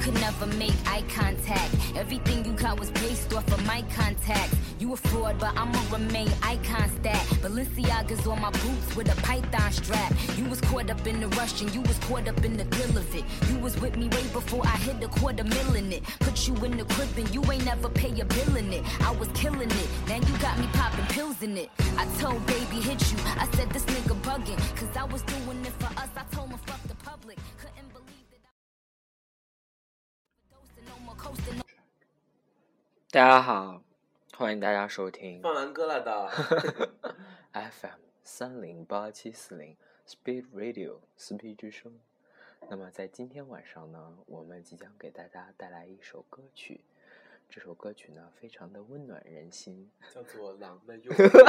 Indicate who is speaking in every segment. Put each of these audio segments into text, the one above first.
Speaker 1: could never make eye contact. Everything you got was based off of my contacts. You a fraud, but I'ma remain icon stat. Balenciaga's on my boots with a python strap. You was caught up in the rush and you was caught up in the thrill of it. You was with me way before I hit the quarter mil in it. Put you in the crib and you ain't never pay a bill in it. I was killing it, then you got me popping pills in it. I told baby hit you, I said this nigga bugging. Cause I was doing it for us, I told him fuck the public. Couldn't believe that I was dosing, no more coasting, no
Speaker 2: 大家好，欢迎大家收听
Speaker 3: 放完歌了都。
Speaker 2: FM 三零八七四零 Speed Radio 撕逼之声。那么在今天晚上呢，我们即将给大家带来一首歌曲。这首歌曲呢，非常的温暖人心。
Speaker 3: 叫做狼的诱惑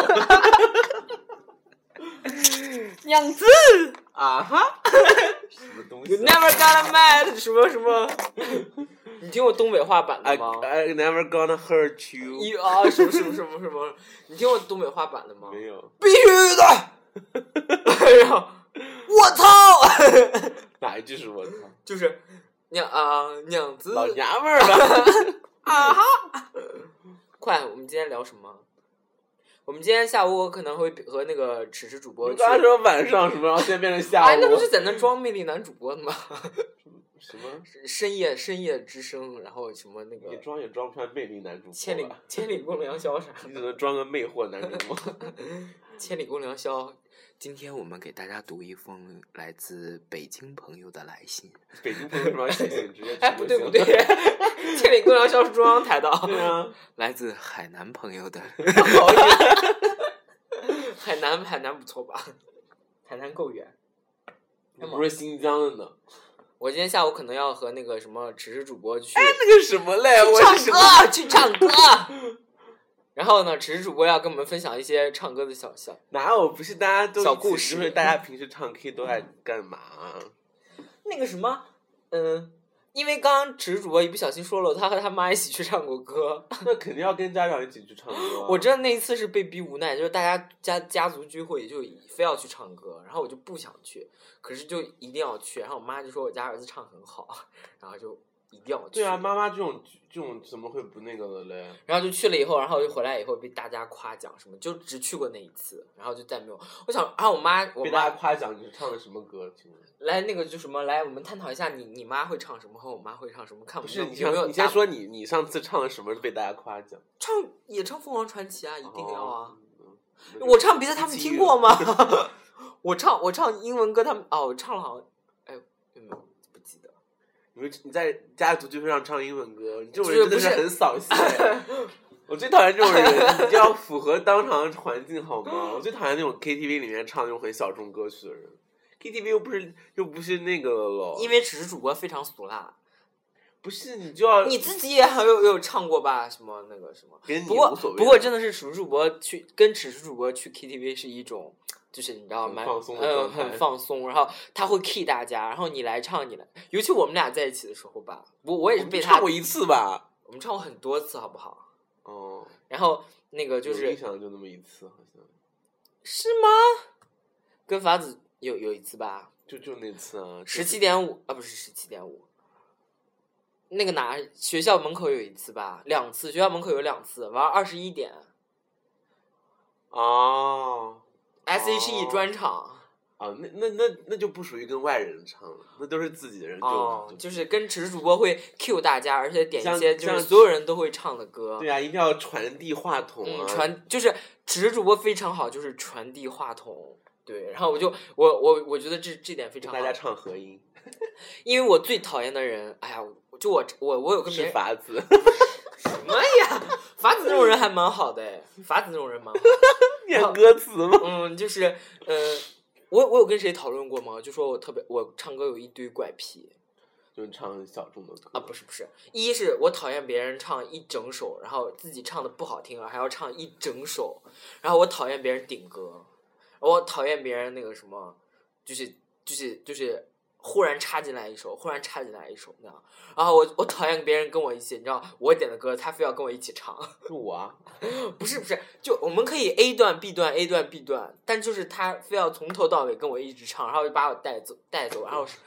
Speaker 4: 样子
Speaker 3: 啊哈，什么东西啊
Speaker 4: ，You never gonna mad 什么什么，你听过东北话版的
Speaker 3: I
Speaker 4: 吗？
Speaker 3: I never gonna hurt you，
Speaker 4: 一啊什么什么什么什么，你听过东北话版的吗？
Speaker 3: 没有
Speaker 4: 必须的，哎呀，我操，
Speaker 3: 哪一句是我操，
Speaker 4: 就是娘啊娘子，啊
Speaker 3: 老 娘们儿了。
Speaker 4: 快，我们今天聊什么？我们今天下午我可能会和那个此时主播
Speaker 3: 我
Speaker 4: 去，
Speaker 3: 刚才说晚上什么，然后现在变成下午。
Speaker 4: 哎，那不是在那装魅力男主播的吗？
Speaker 3: 什么？
Speaker 4: 深夜深夜之声，然后什么那
Speaker 3: 你
Speaker 4: 个
Speaker 3: 装也装不出来魅力男主播
Speaker 4: 千里
Speaker 3: 了，
Speaker 4: 千里共良宵啥的
Speaker 3: 你只能装个魅惑男主 播。
Speaker 4: 千里共良宵，
Speaker 2: 今天我们给大家读一封来自北京朋友的来信。
Speaker 3: 北京朋友什么谢谢你直接
Speaker 4: 哎，
Speaker 3: 去
Speaker 4: 不
Speaker 3: 就
Speaker 4: 对
Speaker 3: 行
Speaker 4: 不对， 千里共良宵是中央台的啊，
Speaker 3: 对 啊，
Speaker 2: 来自海南朋友的，
Speaker 4: 海南海南不错吧？海南够远。
Speaker 3: 你不是新疆的呢。
Speaker 4: 我今天下午可能要和那个什么只是主播去
Speaker 3: 那个什么 嘞，我
Speaker 4: 哎唱
Speaker 3: 是什么？
Speaker 4: 歌，去唱歌。 然后呢，只是主播要跟我们分享一些唱歌的小小。
Speaker 3: 哪有？不是大家都
Speaker 4: 小
Speaker 3: 一起
Speaker 4: 故事
Speaker 3: 就是大家平时唱 K 都爱干嘛啊？
Speaker 4: 那个什么，嗯，因为刚刚只是主播一不小心说了，他和他妈一起去唱过歌。
Speaker 3: 那肯定要跟家长一起去唱歌啊。
Speaker 4: 我真的那一次是被逼无奈，就是大家家家族聚会就非要去唱歌，然后我就不想去，可是就一定要去。然后我妈就说我家儿子唱很好， 然后就一定要去。
Speaker 3: 对啊，妈妈这种这种怎么会不那个的嘞？
Speaker 4: 然后就去了以后，然后就回来以后被大家夸奖什么，就只去过那一次，然后就再没有。我想，啊然后我妈，我
Speaker 3: 被大家
Speaker 4: 妈
Speaker 3: 夸奖你是唱的什么歌？请问
Speaker 4: 来那个就什么来，我们探讨一下你你妈会唱什么和我妈会唱什么，看我
Speaker 3: 不
Speaker 4: 们
Speaker 3: 是你
Speaker 4: 有没有
Speaker 3: 上你先
Speaker 4: 搭
Speaker 3: 说你你上次唱了什么被大家夸奖？
Speaker 4: 唱也唱凤凰传奇啊，一定要啊！
Speaker 3: 哦！嗯
Speaker 4: 我唱别的他们听过？吗？ 我唱我唱英文歌，他们哦，我唱了好像，哎，有没有不记得？
Speaker 3: 你会你在家族聚会上唱英文歌，你这种
Speaker 4: 就
Speaker 3: 人真的是
Speaker 4: 是不是
Speaker 3: 很扫兴。 我最讨厌这种人，你就要符合当场的环境好吗？ 我最讨厌那种 KTV 里面唱那种很小众歌曲的人。KTV 又不是又不是那个了，
Speaker 4: 因
Speaker 3: 为
Speaker 4: 为只是主播非常俗辣，
Speaker 3: 不是你就要
Speaker 4: 你自己也好有有唱过吧？什么那个什么？
Speaker 3: 跟你
Speaker 4: 不过
Speaker 3: 无所谓
Speaker 4: 不过
Speaker 3: 了
Speaker 4: 真的是主主播去跟只是主播去 KTV 是一种，就是你知道
Speaker 3: 很
Speaker 4: 蛮
Speaker 3: 放松的状
Speaker 4: 嗯
Speaker 3: 态
Speaker 4: 很放松，然后他会 key 大家，然后你来唱你来，尤其我们俩在一起的时候吧，我我也是
Speaker 3: 我们
Speaker 4: 被他
Speaker 3: 唱过一次吧？
Speaker 4: 我们唱过很多次好不好？
Speaker 3: 哦，
Speaker 4: 然后那个就
Speaker 3: 有印
Speaker 4: 是
Speaker 3: 象就那么一次，好像
Speaker 4: 是吗？跟法子有有一次吧，
Speaker 3: 就就那次啊，
Speaker 4: 十七点五啊，不是十七点五，那个哪学校门口有一次吧，两次学校门口有两次，玩二十一点
Speaker 3: 哦
Speaker 4: S H E 专场
Speaker 3: 啊，那那那那就不属于跟外人唱了，那都是自己的人就、
Speaker 4: 哦，就是跟只是主播会 Q 大家，而且点
Speaker 3: 像
Speaker 4: 一些就
Speaker 3: 像
Speaker 4: 是所有人都会唱的歌
Speaker 3: 对，啊，一定要传递话筒啊，
Speaker 4: 嗯，传就是只是主播非常好，就是传递话筒。对，然后我就我我我觉得这这点非
Speaker 3: 跟
Speaker 4: 常好
Speaker 3: 大，家唱合音
Speaker 4: 因为我最讨厌的人，哎呀，我就我我我有跟别
Speaker 3: 是
Speaker 4: 人
Speaker 3: 法子，
Speaker 4: 什么呀， 法子这种人还蛮好的哎，法子这种人蛮好的。哦
Speaker 3: 念歌词吗？
Speaker 4: 嗯，就是呃，我我有跟谁讨论过吗？就说我特别我唱歌有一堆怪癖
Speaker 3: 就唱小众的歌
Speaker 4: 啊，不是不是，一是我讨厌别人唱一整首，然后自己唱的不好听，还要唱一整首，然后我讨厌别人顶歌，我讨厌别人那个什么，就是就是就是忽然插进来一首，忽然插进来一首那样，然后我我讨厌别人跟我一起，你知道我点的歌他非要跟我一起唱。
Speaker 3: 是我啊，
Speaker 4: 不是不是，就我们可以 A 段 B 段 A 段 B 段，但就是他非要从头到尾跟我一直唱，然后就把我带走带走，然后是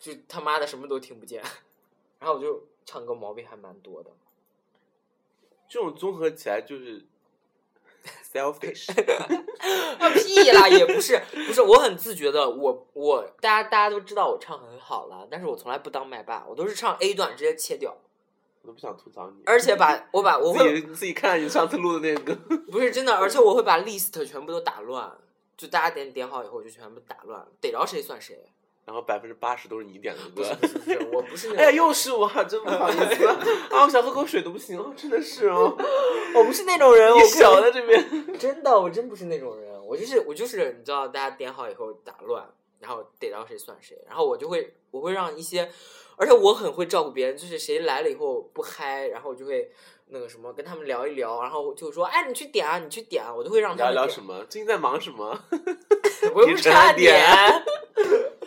Speaker 4: 就他妈的什么都听不见。 然后我就唱歌毛病还蛮多 的。
Speaker 3: 这种综合起来就是 selfish，
Speaker 4: 啊屁啦， 也不是，不是，我很自觉的，我我大家大家都知道我唱很好了，但是我从来不当麦霸，我都是唱 A 段直接切掉，
Speaker 3: 我都不想吐槽你。
Speaker 4: 而且把我把我
Speaker 3: 自
Speaker 4: 会
Speaker 3: 己自己看你上次录的那个 歌，
Speaker 4: 不是真的，而且我会把 list 全部都打乱，就大家点点好以后我就全部打乱，逮着谁算谁。
Speaker 3: 然后百分之八十都是你点的
Speaker 4: 不
Speaker 3: 歌
Speaker 4: 是。不是不是，我不是那种
Speaker 3: 哎呀，又是我，真不好意思啊！我想喝口水都不行啊，真的是哦，
Speaker 4: 我不是那种人，我
Speaker 3: 你
Speaker 4: 跟
Speaker 3: 小在这边。
Speaker 4: 真的，我真不是那种人，我就是我就是，你知道，大家点好以后打乱，然后逮到谁算谁，然后我就会我会让一些，而且我很会照顾别人，就是谁来了以后不嗨，然后我就会那个什么跟他们聊一聊，然后就说哎你去点啊你去点啊，我都会让他
Speaker 3: 聊
Speaker 4: 们
Speaker 3: 聊
Speaker 4: 点
Speaker 3: 什么？最近在忙什么？
Speaker 4: 我又
Speaker 3: 你
Speaker 4: 不
Speaker 3: 承
Speaker 4: 差
Speaker 3: 认点
Speaker 4: 点。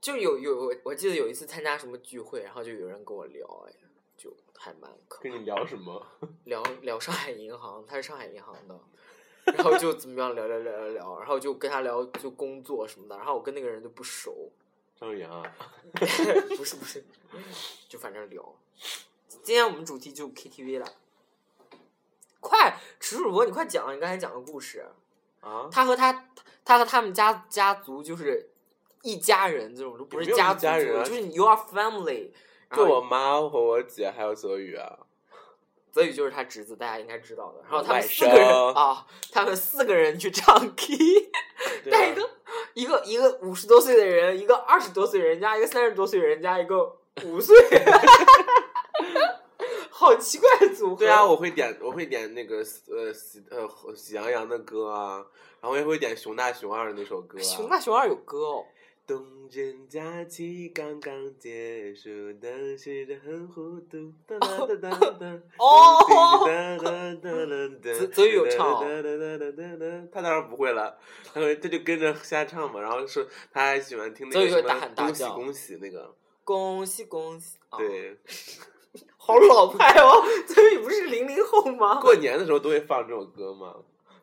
Speaker 4: 就有有我我记得有一次参加什么聚会，然后就有人跟我聊，哎，就还蛮可
Speaker 3: 跟你聊什么？
Speaker 4: 聊聊上海银行，他是上海银行的，然后就怎么样聊聊聊聊聊，然后就跟他聊就工作什么的，然后我跟那个人就不熟，
Speaker 3: 张远啊，
Speaker 4: 不是不是，就反正聊。今天我们主题就 KTV 了，快，池主播你快讲，你刚才讲个故事，
Speaker 3: 啊，
Speaker 4: 他和他他和他们家家族就是一家人这种，就不
Speaker 3: 也没
Speaker 4: 是
Speaker 3: 有
Speaker 4: 家
Speaker 3: 一
Speaker 4: 族
Speaker 3: 家
Speaker 4: 这种
Speaker 3: 人啊
Speaker 4: 就是 you are family。然
Speaker 3: 就
Speaker 4: 后
Speaker 3: 我妈和我姐还有泽宇啊，
Speaker 4: 泽宇就是他侄子，大家应该知道的。然后他
Speaker 3: 外
Speaker 4: 们四个人
Speaker 3: 甥
Speaker 4: 啊、他们四个人去唱 K，
Speaker 3: 对
Speaker 4: 带一
Speaker 3: 啊
Speaker 4: 个一个一个五十多岁的人，一个二十多岁人家，一个三十多岁人家，一个五 岁，好奇怪的组合。哦
Speaker 3: 对啊，我会点我会点那个呃喜呃喜羊羊的歌啊，然后也会点熊大熊二的那首歌、啊。
Speaker 4: 熊大熊二有歌哦，
Speaker 3: 冬天假期刚刚结束，但是得很糊涂。哒哒哒哒哒。
Speaker 4: 哦
Speaker 3: 哒哒哒哒哒。
Speaker 4: 泽泽宇有唱哦
Speaker 3: 哒哒哒哒哒哒他当然不会了，他会他就跟着瞎唱嘛。然后说他还喜欢听那
Speaker 4: 泽
Speaker 3: 个
Speaker 4: 宇
Speaker 3: 什
Speaker 4: 会大
Speaker 3: 么
Speaker 4: 喊大
Speaker 3: 恭喜
Speaker 4: 叫
Speaker 3: 恭喜那个，
Speaker 4: 恭喜恭喜！啊，
Speaker 3: 对，
Speaker 4: 好老派哦，泽宇不是零零后吗？
Speaker 3: 过年的时候都会放这首歌嘛。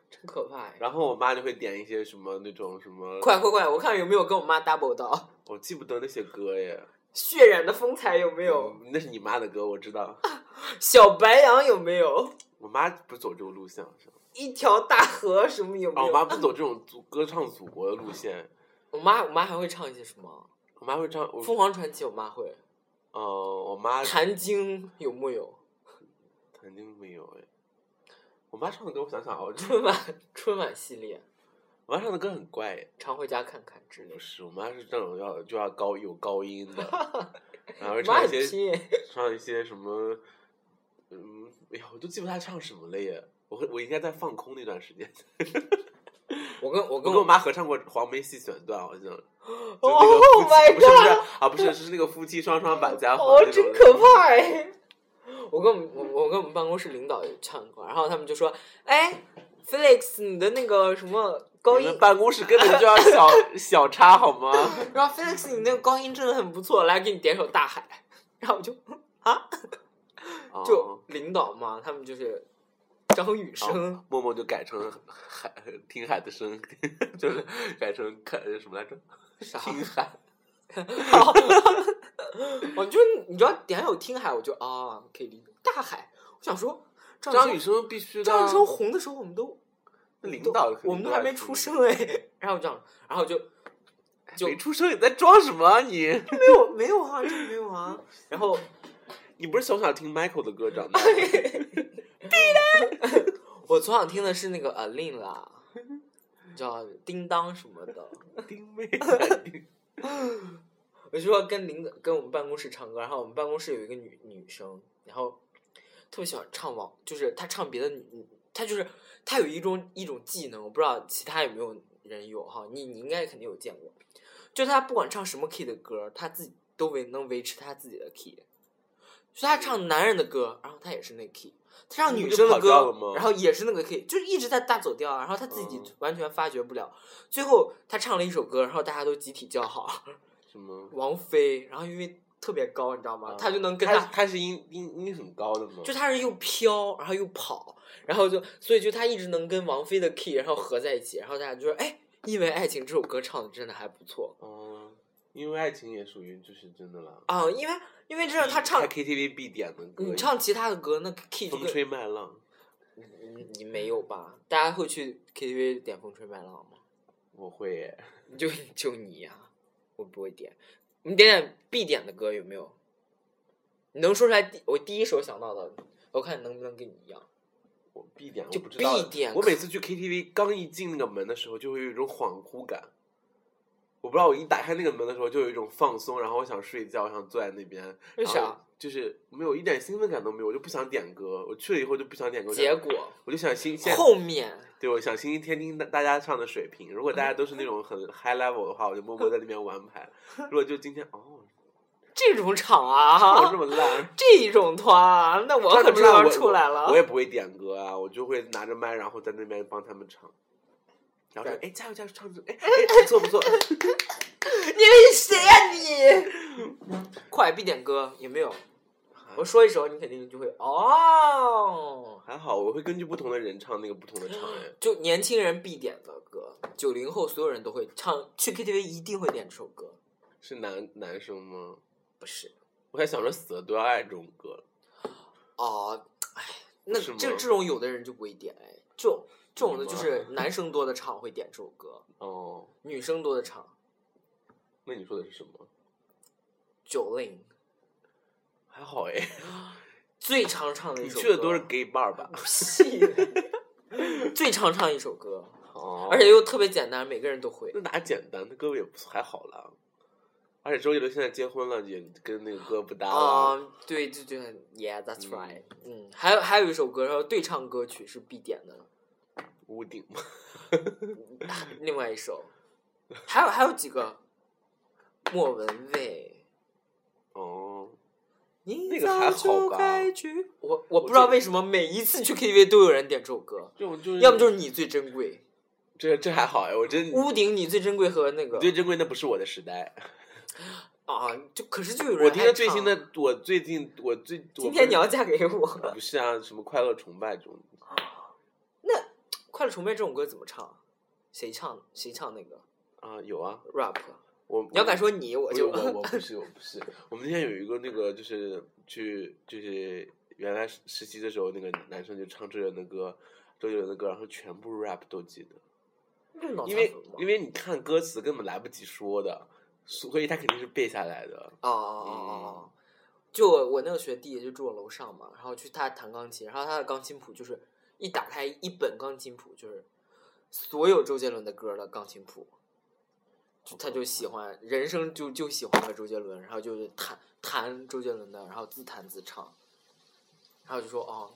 Speaker 4: 真可怕哎！
Speaker 3: 然后我妈就会点一些什么那种什么，
Speaker 4: 快快快，我看有没有跟我妈 double 到。
Speaker 3: 我记不得那些歌耶。
Speaker 4: 血染的风采有没有？
Speaker 3: 嗯那是你妈的歌，我知道。
Speaker 4: 小白杨有没有？
Speaker 3: 我妈不走这种路线，好像
Speaker 4: 一条大河什么有没
Speaker 3: 啊，
Speaker 4: 有？
Speaker 3: 我妈不走这种祖歌唱祖国的路线。
Speaker 4: 哦我妈我妈还会唱一些什么？
Speaker 3: 我妈会唱，我
Speaker 4: 《凤凰传奇》我妈啊会，
Speaker 3: 嗯、呃，我妈
Speaker 4: 《谭晶》有木有？
Speaker 3: 肯定没有哎。我妈唱的歌，我想想啊，我这
Speaker 4: 春晚 春晚系列，
Speaker 3: 我妈唱的歌很怪哎，
Speaker 4: 常回家看看之类
Speaker 3: 不
Speaker 4: 的。
Speaker 3: 是，我妈是那种要就要高有高音的， 然后会
Speaker 4: 妈
Speaker 3: 唱一
Speaker 4: 很
Speaker 3: 些
Speaker 4: 拼，
Speaker 3: 唱一些什么，嗯，哎呀，我都记不太唱什么了耶。我会我应该在放空那段时间，
Speaker 4: 哦我跟我
Speaker 3: 我跟
Speaker 4: 跟
Speaker 3: 我妈合唱过黄梅戏选段，好像。就那个
Speaker 4: Oh
Speaker 3: 夫妻
Speaker 4: my
Speaker 3: 不是不是
Speaker 4: god！
Speaker 3: 啊，不是是那个夫妻双双百家欢
Speaker 4: 哦
Speaker 3: 那，种
Speaker 4: 真
Speaker 3: 的
Speaker 4: 可怕哎！我跟我们我我跟我们办公室领导也唱过，然后他们就说：“哎，Felix，你的那个什么高
Speaker 3: 你
Speaker 4: 音
Speaker 3: 们办公室根本就要小 小插好吗？
Speaker 4: 然后 Felix，你那个高音真的很不错，来给你点首《大海》， 然后我就啊，就
Speaker 3: 哦
Speaker 4: 领导嘛，他们就是张雨生，
Speaker 3: 哦默默就改成海听海的声， 就是改成看什么来着？
Speaker 4: 啥？
Speaker 3: 听海。
Speaker 4: 我就你知道点有《听海》，我就啊可以理解。大海，我想说张
Speaker 3: 张
Speaker 4: 雨
Speaker 3: 雨
Speaker 4: 生，
Speaker 3: 生必须的啊。
Speaker 4: 张雨生红的时候，我们都
Speaker 3: 那领导肯定
Speaker 4: 我们都
Speaker 3: 都
Speaker 4: 还
Speaker 3: 要
Speaker 4: 没
Speaker 3: 听
Speaker 4: 出生哎， 然后这样，然后就就
Speaker 3: 没出生，你在装什么啊你？
Speaker 4: 没有没有啊，真没有啊。 然后
Speaker 3: 你不是从小听 Michael 的歌长大的？
Speaker 4: 我昨晚听的是那个 Alin 啦，你知道叮当什么的。
Speaker 3: 丁妹，
Speaker 4: 我就说跟领导跟我们办公室唱歌，然后我们办公室有一个女女生，然后特别喜欢唱网，就是她唱别的女，嗯她就是她有一种一种技能，我不知道其他有没有人有哈，你你应该肯定有见过，就她不管唱什么 key 的歌，她自己都维能维持她自己的 key，就她唱男人的歌，然后她也是那 key。她唱
Speaker 3: 那
Speaker 4: 女
Speaker 3: 不就
Speaker 4: 生的
Speaker 3: 跑调了
Speaker 4: 歌
Speaker 3: 吗，
Speaker 4: 然后也是那个 key，就是一直在大走调啊，然后她自己
Speaker 3: 嗯
Speaker 4: 完全发觉不了。最后她唱了一首歌，然后大家都集体叫好，
Speaker 3: 什么？啊
Speaker 4: 王菲，然后因为特别高，你知道吗？她就能跟
Speaker 3: 他
Speaker 4: 她，
Speaker 3: 他是音音音很高的吗？
Speaker 4: 就她是又飘，然后又跑，然后就所以就她一直能跟王菲的 key 然后合在一起，然后大家就说哎，因为爱情这首歌唱的真的还不错，
Speaker 3: 哦，因为爱情也属于就是真的了。
Speaker 4: 啊，因为因为这种他唱
Speaker 3: 在 KTV 必点的歌，
Speaker 4: 你唱其他的歌，那个 key 就
Speaker 3: 风
Speaker 4: 跟
Speaker 3: 吹麦浪，
Speaker 4: 你你没有吧？大家会去 KTV 点《风吹麦浪》吗？
Speaker 3: 我会耶。
Speaker 4: 就就你呀、我不会点。你点点必点的歌有没有？你能说出来第我第一首想到的，我看能不能跟你一样。
Speaker 3: 我必点，
Speaker 4: 就
Speaker 3: 我不知道
Speaker 4: 必点
Speaker 3: 我每次去 KTV 刚一进那个门的时候，就会有一种恍惚感。我不知道，我一打开那个门的时候，就有一种放松，然后我想睡觉，我想坐在那边。
Speaker 4: 为啥
Speaker 3: 然后就是没有一点兴奋感都没有，我就不想点歌。我去了以后就不想点歌。
Speaker 4: 结果
Speaker 3: 我就想新鲜，
Speaker 4: 后面
Speaker 3: 对我想星期天听大大家唱的水平。如果大家都是那种很 high level 的话，我就默默在那边玩牌。如果就今天哦，
Speaker 4: 这种场
Speaker 3: 唱这
Speaker 4: 啊，
Speaker 3: 么烂，
Speaker 4: 这种团啊，那我
Speaker 3: 他
Speaker 4: 可
Speaker 3: 们
Speaker 4: 知
Speaker 3: 知道
Speaker 4: 道
Speaker 3: 我
Speaker 4: 出来了。
Speaker 3: 我也不会点歌啊，我就会拿着麦，然后在那边帮他们唱。然后说：“哎，加油加油，唱这，哎哎，不错不 错。
Speaker 4: 你是谁呀、你？快必点歌有没有？
Speaker 3: 嗯
Speaker 4: 我说一首，你肯定就会哦”。
Speaker 3: 还好，我会根据不同的人唱那个不同的 唱。哎，
Speaker 4: 就年轻人必点的歌，九零后所有人都会唱，去 KTV 一定会点这首歌。
Speaker 3: 是男男生吗？
Speaker 4: 不是
Speaker 3: 我还想说死了都要爱这种歌。
Speaker 4: 哦，哎，那
Speaker 3: 是吗
Speaker 4: 这这种有的人就不会点哎，这种这种的就
Speaker 3: 为
Speaker 4: 是
Speaker 3: 什
Speaker 4: 男生多的场会点这首歌，
Speaker 3: 哦，
Speaker 4: 女生多的场
Speaker 3: 那你说的是什么？
Speaker 4: 九零
Speaker 3: 还好哎，
Speaker 4: 最常唱的一
Speaker 3: 你
Speaker 4: 首歌。
Speaker 3: 去的都是 gay bar 吧？
Speaker 4: 屁，最常唱一首歌，
Speaker 3: 哦，
Speaker 4: 而且又特别简单，每个人都会。
Speaker 3: 那哪简单？那歌也不还好啦。而且周杰伦现在结婚了，也跟那个歌不搭
Speaker 4: 啊、
Speaker 3: 了。
Speaker 4: 对对对，Yeah，that's
Speaker 3: 嗯
Speaker 4: right。嗯，还有还有一首歌，然后对唱歌曲是必点的，
Speaker 3: 屋顶嘛，
Speaker 4: 另外 一首，还有还有几个，莫文蔚。
Speaker 3: 哦，
Speaker 4: 你
Speaker 3: 那个还
Speaker 4: 早就
Speaker 3: 好吧
Speaker 4: 该去。我我不知道为什么每一次去 KTV 都有人点这首歌，
Speaker 3: 这种就是，
Speaker 4: 要么就是你最珍贵，
Speaker 3: 这这还好哎，我真
Speaker 4: 屋顶你最珍贵和那个
Speaker 3: 最珍贵那不是我的时代。
Speaker 4: 啊，就可是就有人
Speaker 3: 我听的
Speaker 4: 还
Speaker 3: 最新
Speaker 4: 唱
Speaker 3: 的，我最近我最我
Speaker 4: 今
Speaker 3: 不
Speaker 4: 天
Speaker 3: 是
Speaker 4: 你要嫁给我，
Speaker 3: 不是啊，什么快乐崇拜这种，
Speaker 4: 快乐崇拜这种歌怎么唱？谁唱谁唱那个
Speaker 3: 啊有啊，
Speaker 4: rap？
Speaker 3: 我
Speaker 4: 你要敢
Speaker 3: 说
Speaker 4: 说你，我
Speaker 3: 我
Speaker 4: 就
Speaker 3: 我我不是我不是，我们那天有一个那个就是去就是原来实实习的时候，那个男生就唱周杰伦的歌，周杰伦的歌，然后全部 rap 都记得，
Speaker 4: 脑
Speaker 3: 因为因
Speaker 4: 为
Speaker 3: 为你看歌词根本来不及说的，所以他肯定是背下来的。
Speaker 4: 哦哦哦哦哦，就我我那个学弟就住我楼上嘛，然后去他弹钢琴，然后他的钢琴谱就是一打开一本钢琴谱就是所有周杰伦的歌的钢琴谱，就他就喜欢人生就就喜欢了周杰伦，然后就是弹弹周杰伦的，然后自弹自唱，然后就说哦，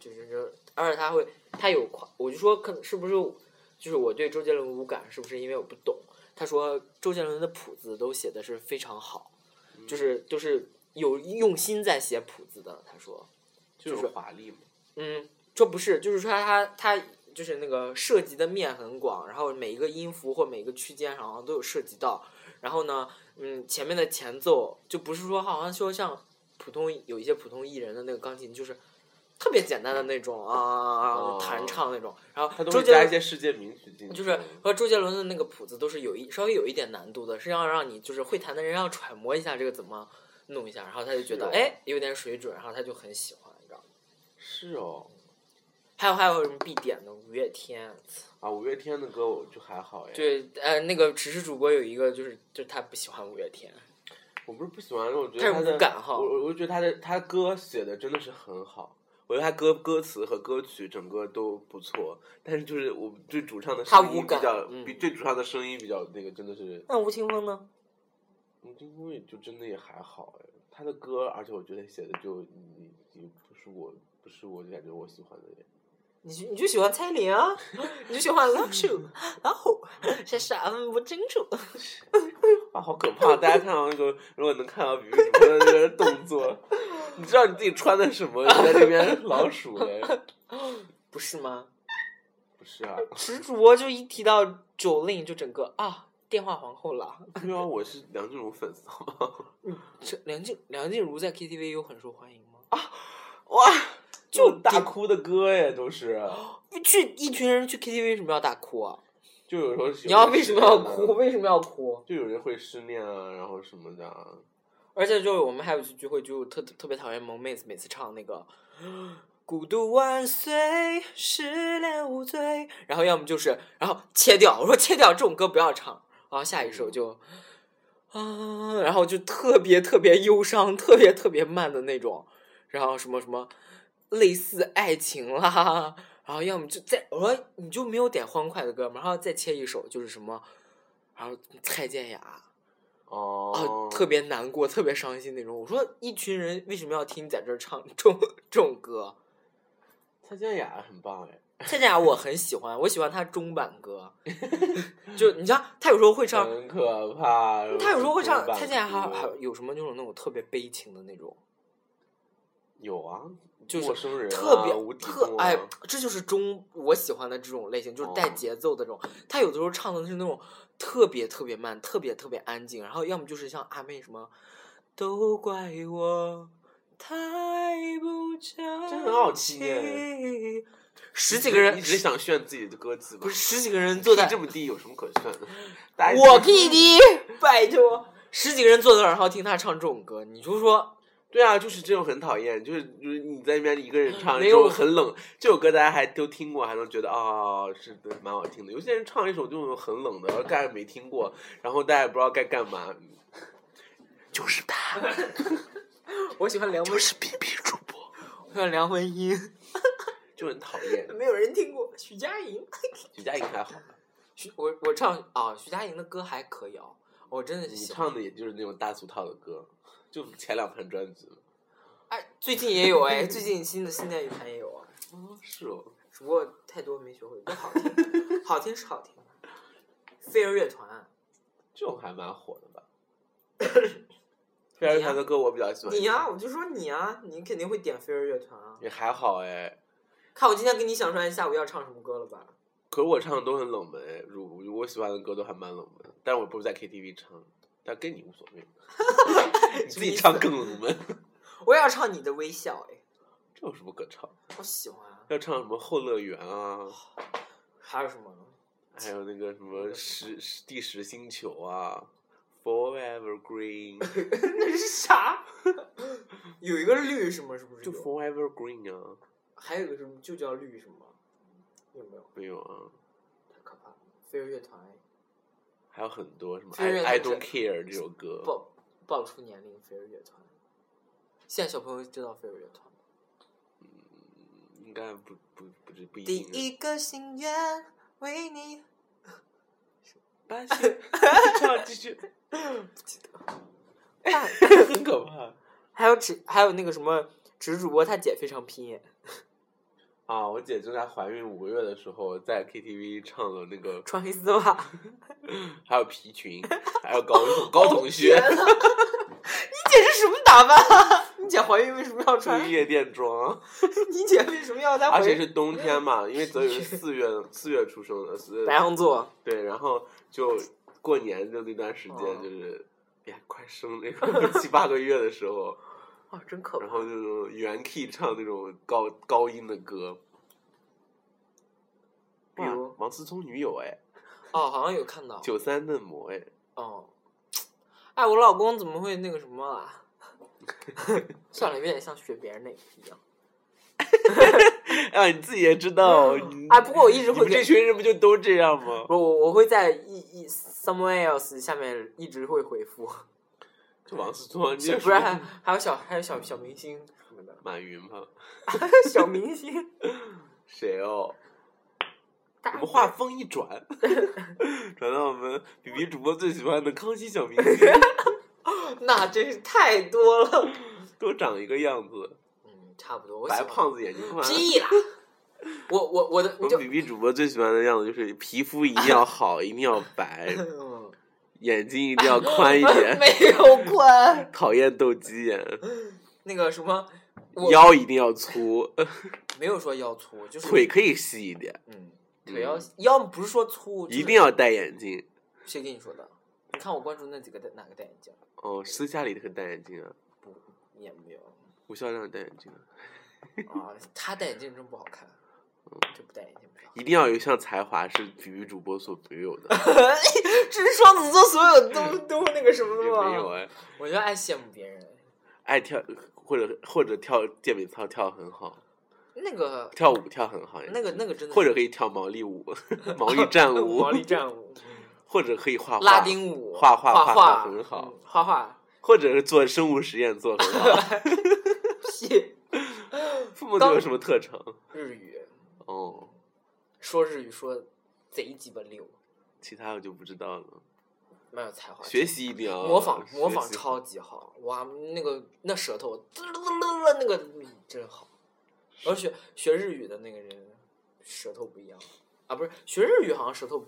Speaker 4: 就是这，而且他会他有夸，我就说可能是不是就是我对周杰伦无感，是不是因为我不懂？他说周杰伦的谱子都写的是非常好，就是就是有用心在写谱子的。他说，
Speaker 3: 就是是华丽嘛，
Speaker 4: 嗯，这不是，就是说他他就是那个涉及的面很广，然后每一个音符或每一个区间好像都有涉及到。然后呢，嗯，前面的前奏就不是说好像说像普通有一些普通艺人的那个钢琴就是特别简单的那种啊啊啊啊
Speaker 3: 哦
Speaker 4: 弹唱那种，然后
Speaker 3: 他都
Speaker 4: 周
Speaker 3: 会
Speaker 4: 杰
Speaker 3: 加一
Speaker 4: 伦
Speaker 3: 些世界名曲进去，
Speaker 4: 就是和周杰伦的那个谱子都是有一稍微有一点难度的，是要让你就是会弹的人要揣摩一下这个怎么弄一下，然后他就觉得
Speaker 3: 是哦
Speaker 4: 哎有点水准，然后他就很喜欢，你知道吗？
Speaker 3: 是哦。
Speaker 4: 还有还有什么必点的五月天，
Speaker 3: 啊，五月天的歌我就还好哎，
Speaker 4: 对，呃，那个只是主播有一个就是就是他不喜欢五月天，
Speaker 3: 我不是不喜欢，我觉
Speaker 4: 他
Speaker 3: 得他
Speaker 4: 是
Speaker 3: 的
Speaker 4: 无感哈
Speaker 3: 我我我觉得他的他歌写的真的是很好，我觉得他歌歌词和歌曲整个都不错，但是就是我对主唱的
Speaker 4: 他
Speaker 3: 声音
Speaker 4: 无
Speaker 3: 比
Speaker 4: 感
Speaker 3: 较，
Speaker 4: 嗯
Speaker 3: 比对主唱的声音比较那个真的是，嗯
Speaker 4: 那吴青峰呢？
Speaker 3: 吴青峰也就真的也还好哎，他的歌，而且我觉得写的就你你不是我不是我就感觉我喜欢的耶，
Speaker 4: 你就你就喜欢蔡琳啊， 你就喜欢老鼠，啊老 虎，傻傻分不清楚。
Speaker 3: 啊，好可怕！大家看到那个，如果能看到比比主播的那个动作， 你知道你自己穿的什么？你在这边老鼠嘞？
Speaker 4: 不是吗？
Speaker 3: 不是啊。
Speaker 4: 只是主播就一提到九令就整个啊电话皇后了。
Speaker 3: 对啊，我是梁静茹粉丝，好吗？
Speaker 4: 这梁静梁静茹在 KTV 有很受欢迎吗？
Speaker 3: 哇，
Speaker 4: 就
Speaker 3: 就大哭的歌耶，都是。
Speaker 4: 去一群人去 KTV 为什么要大哭啊？
Speaker 3: 就有时候
Speaker 4: 你要为什么要哭？？为什么要哭？
Speaker 3: 啊就有人会失恋啊，然后什么的、啊。
Speaker 4: 而且就是我们还有一次聚会，就特特别讨厌萌妹子每次唱那个“孤独万岁，失恋无罪”，然后要么就是然后切掉，我说切掉这种歌不要唱，然后下一首就啊，然后就特别特别忧伤，特别特别慢的那种，然后什么什么类似爱情啦，然后要么就再我说你就没有点欢快的歌吗？然后再切一首就是什么，然后蔡健雅。
Speaker 3: 哦
Speaker 4: 啊，，特别难过，特别伤心那种。我说一群人为什么要听你在这儿唱这种这种歌？
Speaker 3: 蔡健雅很棒哎，
Speaker 4: 蔡健雅我很喜欢，我喜欢她中版歌，就你知道她有时候会唱，
Speaker 3: 很可怕。
Speaker 4: 她有时候会唱
Speaker 3: 怎么办
Speaker 4: 蔡健雅还
Speaker 3: 哭
Speaker 4: 还有什么就是那种特别悲情的那种，
Speaker 3: 有啊，
Speaker 4: 就是
Speaker 3: 陌生人啊、
Speaker 4: 特
Speaker 3: 无
Speaker 4: 别
Speaker 3: 底
Speaker 4: 特
Speaker 3: 洞啊
Speaker 4: 哎，这就是中我喜欢的这种类型，就是带
Speaker 3: 哦
Speaker 4: 节奏的这种。他有的时候唱的是那种特别特别慢，特别特别安静，然后要么就是像阿妹什么，都怪我太不争
Speaker 3: 这很好听
Speaker 4: 气
Speaker 3: 耶。
Speaker 4: 十几个人
Speaker 3: 你只是想炫自己的歌技吧？
Speaker 4: 不是十几个人坐在
Speaker 3: 这么低有什么可炫 的？大家
Speaker 4: 我 PD，拜 托，十几个人坐那儿，然后听他唱这种歌，你就说
Speaker 3: 对啊，就是这种很讨厌，就是就是你在那边一个人唱
Speaker 4: 没
Speaker 3: 一
Speaker 4: 有
Speaker 3: 首很冷，这首歌大家还都听过，还能觉得啊、是的蛮好听的。有些人唱一首这种很冷的，然后大家没听过，然后大家也不知道该干嘛。就是他，
Speaker 4: 我喜欢梁文，
Speaker 3: 是 B B 主播，
Speaker 4: 我喜欢梁文音，
Speaker 3: 就很讨厌。
Speaker 4: 没有人听过许佳莹。
Speaker 3: 许佳莹还好吧，
Speaker 4: 徐我我唱啊、徐佳莹的歌还可以哦，我真的是
Speaker 3: 你
Speaker 4: 喜欢。
Speaker 3: 唱的也就是那种大俗套的歌，就前两盘专辑。
Speaker 4: 哎，最近也有哎，最近新的新的一盘也有啊，
Speaker 3: 哦，是哦，
Speaker 4: 只不过太多没学会，不好听，好听是好听。飞儿乐团，
Speaker 3: 这种还蛮火的吧？ 飞儿乐团的歌我比较喜欢。
Speaker 4: 你呀、我就说你啊，你肯定会点飞儿乐团啊。
Speaker 3: 也还好哎，
Speaker 4: 看我今天给你想出来下午要唱什么歌了吧？
Speaker 3: 可是我唱的都很冷门哎，如如我喜欢的歌都还蛮冷门，但是我不是在 KTV 唱，但跟你无所谓，你自己唱更冷门，
Speaker 4: 我也要唱你的微笑哎，
Speaker 3: 这有什么可唱？
Speaker 4: 我喜欢啊。
Speaker 3: 要唱什么《后乐园》啊，
Speaker 4: 还有什么？
Speaker 3: 还有那个什么十十第十星球啊，Forever Green，
Speaker 4: 那是啥？ 有一个绿什么？是不是
Speaker 3: 就
Speaker 4: 有？
Speaker 3: Forever Green 啊，
Speaker 4: 还有一个什么就叫绿什么？有没有？
Speaker 3: 没有啊，
Speaker 4: 太可怕了！飞儿乐团哎。
Speaker 3: 还有很多什么
Speaker 4: 飞儿乐
Speaker 3: I I
Speaker 4: 团
Speaker 3: Don't Care 这首歌，
Speaker 4: 爆爆出年龄飞儿乐团。现在小朋友知道飞儿乐团吗？
Speaker 3: 嗯应该不不不是不一
Speaker 4: 第
Speaker 3: 定啊。
Speaker 4: 一个心愿为 你，
Speaker 3: 八 星，唱继续， 很可怕。
Speaker 4: 还有只还有那个什么只主播他姐非常拼耶，
Speaker 3: 啊，我姐正在怀孕五个月的时候，在 KTV 唱了那个，
Speaker 4: 穿黑丝袜，
Speaker 3: 还有皮裙，还有高高筒 靴，
Speaker 4: 哦你姐是什么打扮啊？ 你姐怀孕为什么要穿
Speaker 3: 穿？夜店装，
Speaker 4: 你姐为什么要在
Speaker 3: 而
Speaker 4: 怀
Speaker 3: 且
Speaker 4: 孕？
Speaker 3: 是冬天嘛， 因为泽宇是四月四月出生的，是
Speaker 4: 白羊座，
Speaker 3: 对，然后就过年的那段时
Speaker 4: 哦
Speaker 3: 间就是。哎呀，快生那个七八个月的时 候，
Speaker 4: 哇，哦真可
Speaker 3: 然
Speaker 4: 怕！
Speaker 3: 后那种原 key 唱那种高高音的歌，
Speaker 4: 比如
Speaker 3: 哇王思聪女友哎，
Speaker 4: 哦，好像有看到，
Speaker 3: 九三嫩模哎，
Speaker 4: 哦，哎，我老公怎么会那个什么啊？ 算了，有点像学别人那个一样。
Speaker 3: 啊，你自己也知道，你
Speaker 4: 哎，不过我一直
Speaker 3: 嗯你
Speaker 4: 会
Speaker 3: 们
Speaker 4: 觉得
Speaker 3: 这群人不就都这样吗？
Speaker 4: 不，我我会在一一 someone else 下面一直会回复，
Speaker 3: 就 王思聪，你
Speaker 4: 不然还还有小还有小小明星什么的，
Speaker 3: 马云吗？
Speaker 4: 小明星，
Speaker 3: 谁哦？
Speaker 4: 大
Speaker 3: 我们话锋一 转，转到我们比比主播最喜欢的康熙小 明星，
Speaker 4: 那真是太多了。
Speaker 3: 都长一个样子，
Speaker 4: 嗯，差不多，我喜
Speaker 3: 白
Speaker 4: 欢
Speaker 3: 胖子眼睛宽。
Speaker 4: 屁啦！我我我的
Speaker 3: 我
Speaker 4: 就
Speaker 3: 们比比主播最喜欢的样子就是皮肤一 定要好，一定要白，
Speaker 4: 嗯
Speaker 3: 眼睛一定要 宽一点，
Speaker 4: 没有关
Speaker 3: 讨厌斗鸡眼，
Speaker 4: 那个什么，我
Speaker 3: 腰一定要粗，呃
Speaker 4: 没有说腰粗，就是
Speaker 3: 腿可以细一点，
Speaker 4: 嗯腿要腰不是说粗，就是
Speaker 3: 一定要戴眼镜。
Speaker 4: 谁跟你说的？你看我关注那几个戴哪个戴眼镜？
Speaker 3: 哦，私下里可戴眼镜啊，
Speaker 4: 不，也没有
Speaker 3: 吴校亮戴眼镜啊。
Speaker 4: 啊，他戴眼镜真不好看。
Speaker 3: 嗯
Speaker 4: 这不带一点不上。
Speaker 3: 一定要有一项才华是体育主播所没有的， 嗯
Speaker 4: 这是双子座所有都都那个什么
Speaker 3: 也
Speaker 4: 的吗？
Speaker 3: 没有哎。
Speaker 4: 我就爱羡慕别人。
Speaker 3: 爱跳或者或者跳健美操跳很好，
Speaker 4: 那个
Speaker 3: 跳舞跳很好，
Speaker 4: 那个那个真的是
Speaker 3: 或者可以跳毛利 舞、毛利战舞，
Speaker 4: 毛利 战舞、
Speaker 3: 或者可以画画
Speaker 4: 拉丁舞、
Speaker 3: 画
Speaker 4: 画
Speaker 3: 画
Speaker 4: 画
Speaker 3: 很好，
Speaker 4: 嗯画画
Speaker 3: 或者是做生物实验做得很好。
Speaker 4: 屁
Speaker 3: 父母都
Speaker 4: 当
Speaker 3: 有什么特长？
Speaker 4: 日语，
Speaker 3: 哦，
Speaker 4: 说日语说贼鸡巴溜，
Speaker 3: 其他我就不知道了。
Speaker 4: 蛮有才华。
Speaker 3: 学习一定要
Speaker 4: 模仿模仿
Speaker 3: 呃学习
Speaker 4: 超级好，哇，那个那舌头，滋噜噜噜噜那个嗯真好。然后学学日语的那个人舌头不一样啊，不是学日语好像舌头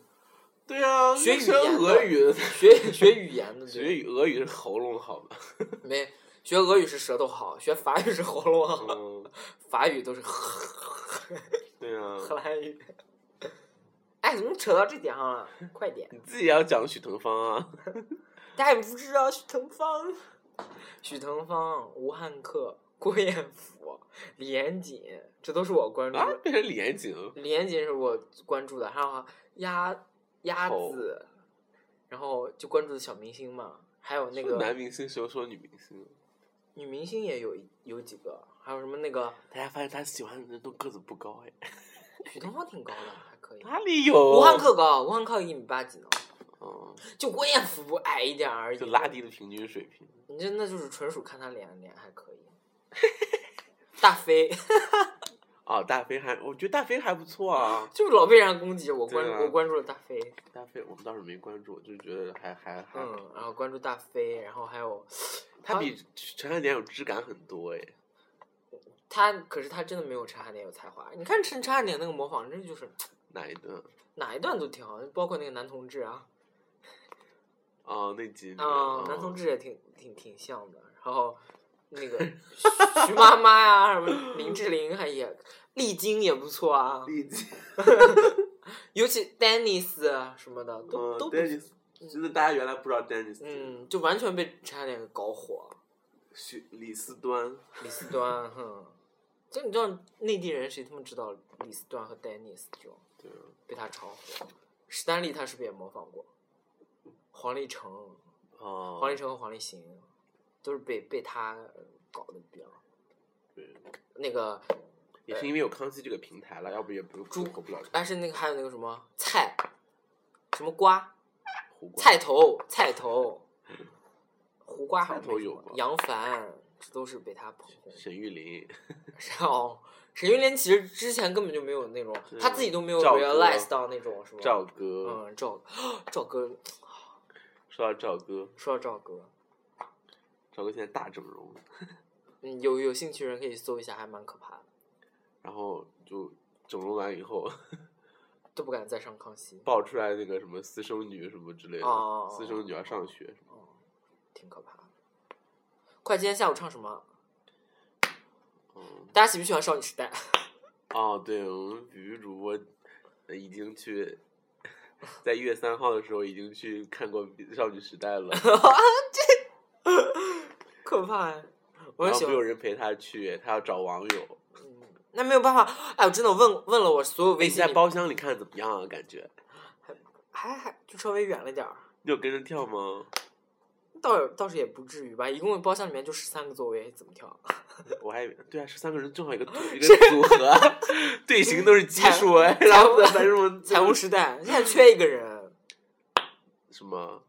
Speaker 3: 对啊，
Speaker 4: 学
Speaker 3: 那
Speaker 4: 语
Speaker 3: 学
Speaker 4: 言的
Speaker 3: 俄语的，
Speaker 4: 学学语言的 对
Speaker 3: 学语俄语是喉咙好的。
Speaker 4: 没学俄语是舌头好，学法语是喉咙好，
Speaker 3: 嗯，
Speaker 4: 法语都是
Speaker 3: 对啊，
Speaker 4: 荷兰语。哎，怎么扯到这点上了？快点！
Speaker 3: 你自己也要讲许腾芳啊。
Speaker 4: 大家也不知道许 腾芳、许腾芳、吴汉克、 郭彦甫、李延锦，这都是我关注
Speaker 3: 啊
Speaker 4: 的。，
Speaker 3: 变成李延景了，
Speaker 4: 李延锦是我关注的，还有啊鸭鸭
Speaker 3: 哦
Speaker 4: 子，然后就关注的小明星嘛，还有那
Speaker 3: 是男
Speaker 4: 个
Speaker 3: 明星谁又说女明星了？
Speaker 4: 女明星也有一有几个，还有什么那个
Speaker 3: 大家发现他喜欢的人都个子不高哎，
Speaker 4: 许腾芳挺高的，还可以。
Speaker 3: 哪里有？
Speaker 4: 武汉克高，武汉克一米八几呢，
Speaker 3: 嗯，
Speaker 4: 就郭彦甫不矮一点而已。
Speaker 3: 就拉低了平均水平。
Speaker 4: 你真的就是纯属看他脸，脸还 可以。大飞
Speaker 3: 哦，大飞还，我觉得大飞还不错 啊。
Speaker 4: 就是老被人家攻击，我
Speaker 3: 对
Speaker 4: 关、
Speaker 3: 啊
Speaker 4: 我关注了大飞，
Speaker 3: 大飞我们倒是没关注，我就觉得还还还，
Speaker 4: 嗯，然后关注大飞，然后还有啊
Speaker 3: 他比陈汉典有质感很多哎。
Speaker 4: 他，可是他真的没有陈汉典有才华。你看陈陈汉典那个模仿，真的就是
Speaker 3: 哪一段？
Speaker 4: 哪一段都挺好，包括那个男同志啊，
Speaker 3: 哦，那集里面。
Speaker 4: 嗯，男
Speaker 3: 哦
Speaker 4: 同志也挺挺挺像的。然后那个徐徐妈妈呀、什 么林志玲还也丽晶也不错啊，
Speaker 3: 毕竟，
Speaker 4: 尤其 Dennis 啊什么的都、
Speaker 3: 嗯
Speaker 4: 都不
Speaker 3: ，Dennis，真的大家原来不知道 Dennis，，
Speaker 4: 嗯，就完全被陈汉典给搞火。
Speaker 3: 许李四端，
Speaker 4: 李斯端，哼，就你知道内地人谁他妈知道李斯端和 Dennis 这种
Speaker 3: 对啊，
Speaker 4: 被他炒火。史丹利他是不是也模仿过？黄立成、
Speaker 3: 哦，
Speaker 4: 黄立成和黄立行都是被被他呃搞的比较。
Speaker 3: 对
Speaker 4: 那个，
Speaker 3: 也是因为有康熙这个平台了，要不也不
Speaker 4: 猪
Speaker 3: 火不了
Speaker 4: 但是那个还有那个什么菜，什么瓜，
Speaker 3: 胡瓜。
Speaker 4: 菜头，菜 头，胡瓜好像
Speaker 3: 菜头
Speaker 4: 没什
Speaker 3: 有
Speaker 4: 么
Speaker 3: 吧
Speaker 4: 杨凡，这都是被他捧红。
Speaker 3: 沈玉琳，
Speaker 4: 然后沈玉琳其实之前根本就没有那种，
Speaker 3: 嗯
Speaker 4: 她自己都没有
Speaker 3: 赵哥
Speaker 4: realize 到那种，是吧？
Speaker 3: 赵哥，
Speaker 4: 嗯，赵 赵哥，
Speaker 3: 说到赵哥，
Speaker 4: 说到赵哥，
Speaker 3: 赵哥现在大整容，
Speaker 4: 嗯，有有兴趣的人可以搜一下，还蛮可怕的，
Speaker 3: 然后就整容完以后
Speaker 4: 都不敢再上康熙，
Speaker 3: 爆出来那个什么私生女什么之类的，
Speaker 4: 哦哦哦
Speaker 3: 私生女要上学什么，
Speaker 4: 哦挺可怕的。快，今天下午唱什么？
Speaker 3: 嗯，
Speaker 4: 大家喜不喜欢少女时代？
Speaker 3: 哦，对，我们比喻主播呃已经去。在一月三号的时候，已经去看过《少女时代》了，
Speaker 4: 可怕呀！ 我
Speaker 3: 然
Speaker 4: 也
Speaker 3: 后
Speaker 4: 喜
Speaker 3: 没
Speaker 4: 欢嗯
Speaker 3: 有，人陪他去，他要找网友。
Speaker 4: 那没有办法。哎，我真的问问了我所有
Speaker 3: 哎
Speaker 4: 微
Speaker 3: 你
Speaker 4: 信
Speaker 3: 在
Speaker 4: 里，
Speaker 3: 包厢里看怎么样啊？感觉
Speaker 4: 还还就稍微远了点儿，
Speaker 3: 你有跟着跳吗？
Speaker 4: 倒倒是也不至于吧。一共包厢里面就十三个座位，怎么跳？
Speaker 3: 我还以为对啊，十三个人正好一个组一个组合， 队形都是奇数，哎
Speaker 4: 财
Speaker 3: 然后在咱这种
Speaker 4: 财务时代现在缺一个人，
Speaker 3: 什么？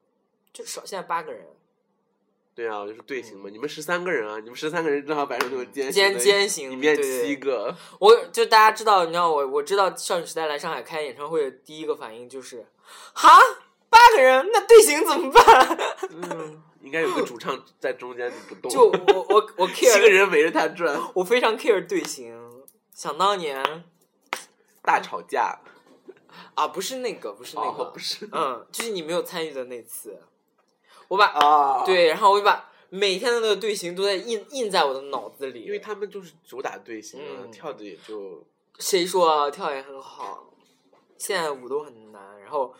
Speaker 4: 就少现在八个人，
Speaker 3: 对啊，就是队形嘛。你们十三个人啊，你们十三个人正好摆成那种尖
Speaker 4: 尖
Speaker 3: 的
Speaker 4: 嗯尖型
Speaker 3: 一面
Speaker 4: 对对
Speaker 3: 七 个，
Speaker 4: 我就大家知道，你知道我我知道少女时代来上海开演唱会的第一个反应就是，哈，八个人，那队形怎么办？
Speaker 3: 嗯，应该有个主唱在中间不动，
Speaker 4: 就我我我
Speaker 3: 七个
Speaker 4: care，
Speaker 3: 人围着他转，
Speaker 4: 我非常 care 队形。想当年
Speaker 3: 大吵架。
Speaker 4: 啊，不是那个，不是那个，
Speaker 3: 哦，不是
Speaker 4: 嗯，就是你没有参与的那次，我把、
Speaker 3: 啊，，
Speaker 4: 哦对，然后我就把每天的那个队形都在印印在我的脑子里。
Speaker 3: 因为他们就是主打队形啊，
Speaker 4: 嗯
Speaker 3: 跳的也就
Speaker 4: 谁说跳也很好，现在舞都很难。然后，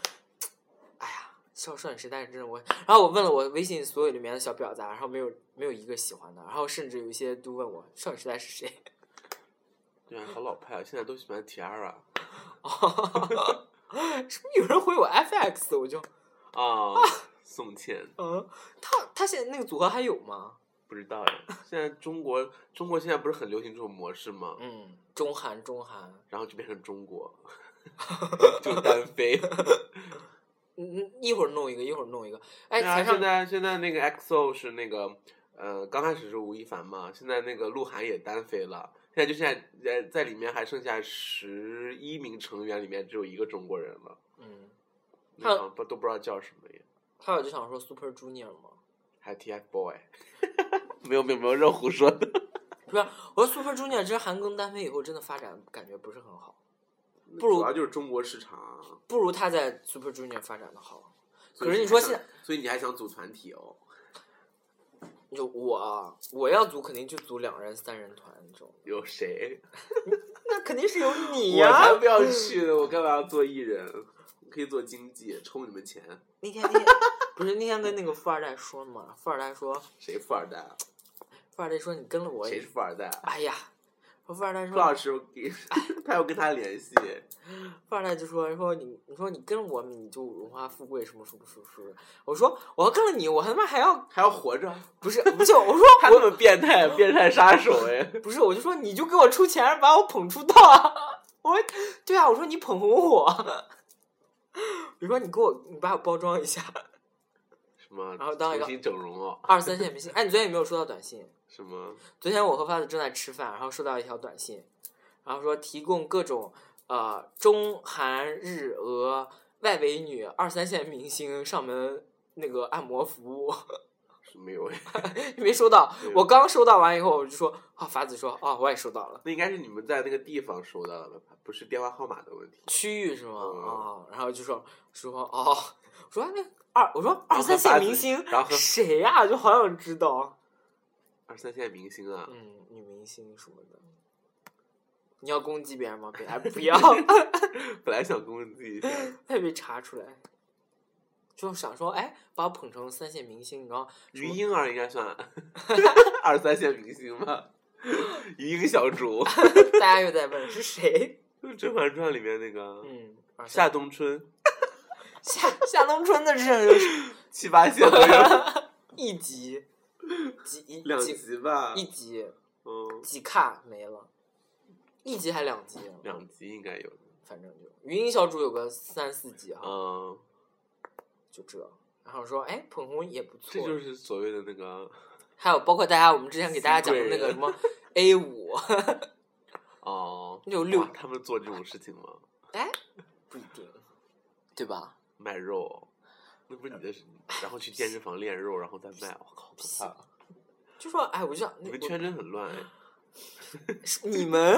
Speaker 4: 哎呀，少少女时代真的我，然后我问了我微信所有里面的小婊啊砸，然后没有没有一个喜欢的，然后甚至有一些都问我少女时代是谁。
Speaker 3: 对啊，好老派啊！现在都喜欢啊 Tiara
Speaker 4: 是不是有人回我 FX？我就
Speaker 3: 啊，宋茜
Speaker 4: 嗯，他他现在那个组合还有吗？
Speaker 3: 不知道呀。现在中国中国现在不是很流行这种模式吗？
Speaker 4: 嗯，中韩中韩，
Speaker 3: 然后就变成中国， 就单飞。
Speaker 4: 嗯嗯，一会儿弄一个，一会儿弄一个。 哎，
Speaker 3: 对啊，
Speaker 4: 才上
Speaker 3: 现在现在那个 EXO 是那个呃，刚开始是吴亦凡嘛，现在那个鹿晗也单飞了。现在就现在呃在在里面还剩下十一名成员，里面只有一个中国人了，
Speaker 4: 嗯，
Speaker 3: 那个不都不知道叫什么耶。
Speaker 4: 还有就想说 Super Junior 嘛，
Speaker 3: 还有 TFBOY，没有没有没有任胡说的。
Speaker 4: 不是，我说 Super Junior 这韩庚单飞以后真的发展感觉不是很好，不如
Speaker 3: 主要就是中国市场。啊
Speaker 4: 不如他在 Super Junior 发展的好。可是你说现在，，
Speaker 3: 所以你还想组团体哦？
Speaker 4: 就我啊，我要组肯定就组两人、三人团这种，
Speaker 3: 有谁？
Speaker 4: 那肯定是有你
Speaker 3: 我才
Speaker 4: 呀、
Speaker 3: 不要去呢！我干嘛要做艺人？我可以做经济，抽你们钱。
Speaker 4: 那天那天不是那天跟那个富二代说嘛，富二代说，
Speaker 3: 谁富二代啊？
Speaker 4: 富二代说你跟了我
Speaker 3: 谁
Speaker 4: 也
Speaker 3: 是，富二代啊？
Speaker 4: 哎呀，富二代
Speaker 3: 朱
Speaker 4: 说
Speaker 3: 老师，我给 他要跟他联系。
Speaker 4: 富二代就说说你，你说你跟我你就荣华富贵什么什么什么什么，我说我要跟了你，我他妈还要
Speaker 3: 还要活着，
Speaker 4: 不是不是，我 说
Speaker 3: 他那么变态，变态杀手哎！
Speaker 4: 不是，我就说你就给我出钱把我捧出道啊！ 我说对啊，我说你捧红我，我说你给我你把我包装一下，
Speaker 3: 什么？
Speaker 4: 然后当一个
Speaker 3: 重新整容哦？
Speaker 4: 二三线明星。哎，你昨天有没有收到短信？
Speaker 3: 什么？
Speaker 4: 昨天我和发子正在吃饭，然后收到一条短信，然后说提供各种呃中韩日俄外围女二三线明星上门那个按摩服务。
Speaker 3: 没有哎？
Speaker 4: 你没收到
Speaker 3: 对？
Speaker 4: 我刚收到完以后，我就说啊，法子说啊，我也收到了。
Speaker 3: 那应该是你们在那个地方收到的吧？不是电话号码的问题。
Speaker 4: 区域是吗？
Speaker 3: 嗯
Speaker 4: 啊，然后就说说哦，我说那二，我说二三
Speaker 3: 然
Speaker 4: 线
Speaker 3: 后和八子
Speaker 4: 明星
Speaker 3: 然后和
Speaker 4: 谁呀、就好想知道，
Speaker 3: 二三线明星啊，
Speaker 4: 嗯，女明星什么的。你要攻击别人吗？别，哎不 要，嗯
Speaker 3: 本来想攻击 一下，
Speaker 4: 会被查出来。就想说，哎，把我捧成三线明星，然后
Speaker 3: 于婴儿应该 算二三线明星吧？于婴小竹，
Speaker 4: 大家又在问是谁？
Speaker 3: 《甄嬛传》里面那个
Speaker 4: 嗯，二三
Speaker 3: 夏冬春，
Speaker 4: 夏夏冬春的这就是
Speaker 3: 七八线都 有
Speaker 4: 一集，几一
Speaker 3: 两
Speaker 4: 几
Speaker 3: 集吧？
Speaker 4: 一集
Speaker 3: 嗯，
Speaker 4: 几卡没了，一集还两集啊，
Speaker 3: 两集应该有的。
Speaker 4: 反正就云音小主有个三四集哈，
Speaker 3: 嗯，
Speaker 4: 就这。然后说，哎，捧红也不错。
Speaker 3: 这就是所谓的那个
Speaker 4: 还有包括大家，我们之前给大家讲的那个什么 A 五，
Speaker 3: 哦，
Speaker 4: 六六
Speaker 3: 哇他们做这种事情吗？
Speaker 4: 哎，不一定，对吧？
Speaker 3: 卖肉哦，那不是你的事，然后去健身房练肉，然后再卖，我靠，好可怕啊！
Speaker 4: 就说，哎，我就想，
Speaker 3: 你
Speaker 4: 那
Speaker 3: 们
Speaker 4: 我
Speaker 3: 圈真很乱哎。
Speaker 4: 是你们，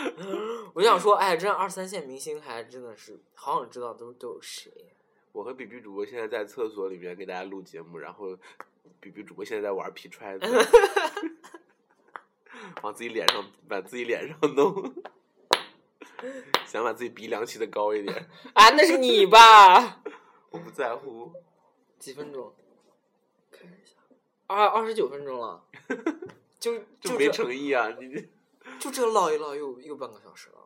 Speaker 4: 我就想说，哎，这样二三线明星还真的是，好想知道都都有谁。啊
Speaker 3: 我和比比主播现在在厕所里面给大家录节目，然后比比主播现在在玩皮揣 子，往自己脸上把自己脸上弄， 想把自己鼻梁起的高一点。
Speaker 4: 啊，那是你吧？
Speaker 3: 我不在乎，
Speaker 4: 几分钟？看一下，二二十九分 钟了，就
Speaker 3: 就
Speaker 4: 就
Speaker 3: 没
Speaker 4: 这
Speaker 3: 诚意啊！你这
Speaker 4: 就这唠一唠又又半个小时了。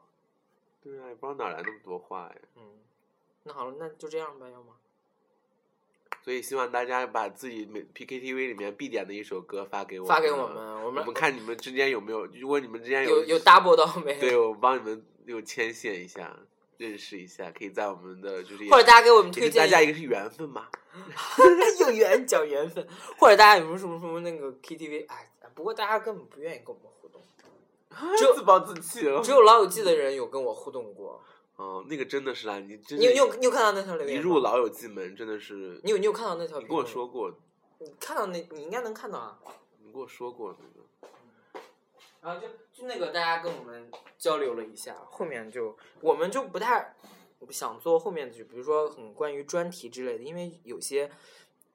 Speaker 3: 对啊，也不知道哪来那么多话呀。
Speaker 4: 嗯，那好了，那就这样吧，要吗？
Speaker 3: 所以希望大家把自己每 PKTV 里面必点的一首歌发给我，
Speaker 4: 发给我，们，我
Speaker 3: 我
Speaker 4: 们
Speaker 3: 们看你们之间有没有，如果你们之间
Speaker 4: 有有啊 double 到没？
Speaker 3: 对，我帮你们又牵线一下，认识一下，可以在我们的就是也
Speaker 4: 或者大家给我们
Speaker 3: 也
Speaker 4: 推
Speaker 3: 是大
Speaker 4: 荐
Speaker 3: 家一个是缘分 嘛，
Speaker 4: 有缘讲缘分，或者大家有没有什么什么那个 KTV？哎，不过大家根本不愿意跟我们互动，
Speaker 3: 就自暴自弃了
Speaker 4: 只。有老友记的人有跟我互动过。
Speaker 3: 嗯，那个真的是啦，你真
Speaker 4: 你有你有
Speaker 3: 的
Speaker 4: 你有看到那条留
Speaker 3: 嗯一
Speaker 4: 言吗？
Speaker 3: 入老友记门，真的是
Speaker 4: 你有你有看到那条？
Speaker 3: 你跟我说，过，
Speaker 4: 你看到那，你应该能看到啊。
Speaker 3: 你跟我说过那个，
Speaker 4: 然后就就那个大家跟我们交流了一下，后面就我们就不太想做后面就比如说很关于专题之类的，因为有些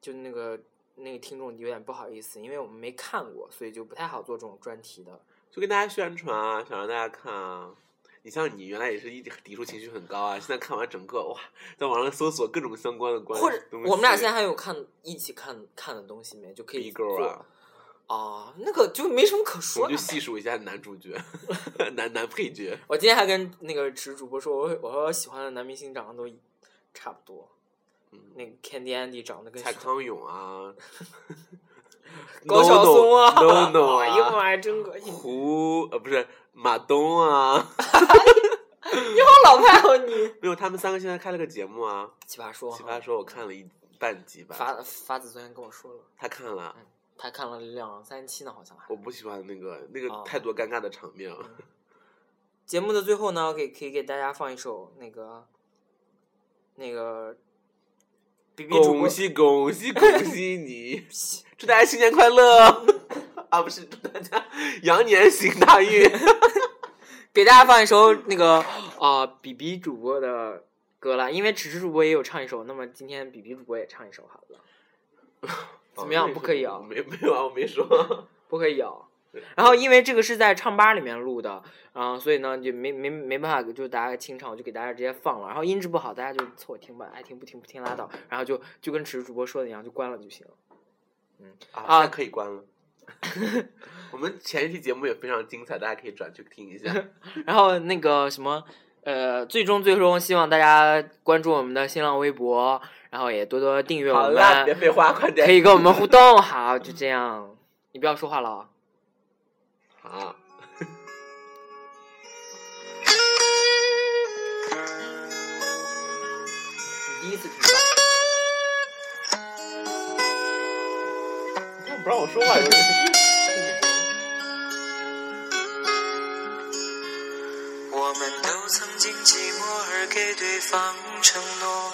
Speaker 4: 就那个那个听众有点不好意思，因为我们没看过，所以就不太好做这种专题的。
Speaker 3: 就跟大家宣传啊，想让大家看啊。你像你原来也是一直抵触情绪很高啊，现在看完整个哇，在网上搜索各种相关的关
Speaker 4: 或者
Speaker 3: 东西
Speaker 4: 我们俩现在还有看一起看看的东西没？就可
Speaker 3: B
Speaker 4: 以
Speaker 3: girl
Speaker 4: 做
Speaker 3: 啊，
Speaker 4: 啊，那个就没什么可
Speaker 3: 我
Speaker 4: 说
Speaker 3: 们
Speaker 4: 的
Speaker 3: 就。细数一下男主角、 男男配角。
Speaker 4: 我今天还跟那个池主播说，我我说我喜欢的男明星长得都差不多，
Speaker 3: 嗯
Speaker 4: 那个 Candy Andy 长得跟
Speaker 3: 蔡康永啊，
Speaker 4: 高晓松啊
Speaker 3: no no
Speaker 4: 哎呀
Speaker 3: 啊，
Speaker 4: 妈呀，真恶心！
Speaker 3: 胡呃不是马东啊，
Speaker 4: 好老派哦你。
Speaker 3: 没有，他们三个现在开了个节目啊，
Speaker 4: 奇葩
Speaker 3: 《
Speaker 4: 说，
Speaker 3: 奇葩说》我看了一半集吧，
Speaker 4: 法法子昨天跟我说了，
Speaker 3: 他看了，
Speaker 4: 嗯他看了两三期呢，好像还
Speaker 3: 我。不喜欢那个那个
Speaker 4: 哦
Speaker 3: 太多尴尬的场面了，
Speaker 4: 节目的最后呢，给可以给大家放一首那个那个 B B 主播
Speaker 3: 恭喜恭喜恭喜 你，祝大家新年快乐 啊！不是祝大家羊年行大运，
Speaker 4: 给大家放一首那个 啊、比比主播的歌啦，因为迟迟主播也有唱一首，那么今天比比主播也唱一首好 了，怎么样
Speaker 3: 哦那
Speaker 4: 不可以啊
Speaker 3: 我没没有啊，我没 说。
Speaker 4: 不可以哦。然后因为这个是在唱吧里面录的，啊、所以呢就没没没办法，就大家清唱，我就给大家直接放了。然后音质不好，大家就凑合听吧，爱听不听不听拉倒。然后就就跟迟迟主播说的一样，就关了就行。啊
Speaker 3: 啊，那可以关 了。我们前一期节目也非常精彩，大家可以转去听一 下。
Speaker 4: 然后那个什么，呃，最终最终希望大家关注我们的新浪微博，然后也多多订阅我
Speaker 3: 好
Speaker 4: 们。
Speaker 3: 啦，别废话，快点。
Speaker 4: 可以跟我们互动。好，就这样，你不要说话了啊。
Speaker 3: 好。
Speaker 4: 你第一次听吧？
Speaker 3: 你看不让我说话，有点。
Speaker 5: 我们都曾经寂寞而给对方承诺，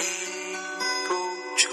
Speaker 5: 已不重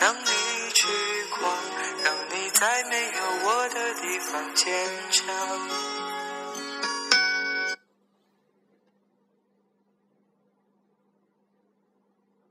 Speaker 5: 让你去狂，让你在没有我的地方坚强。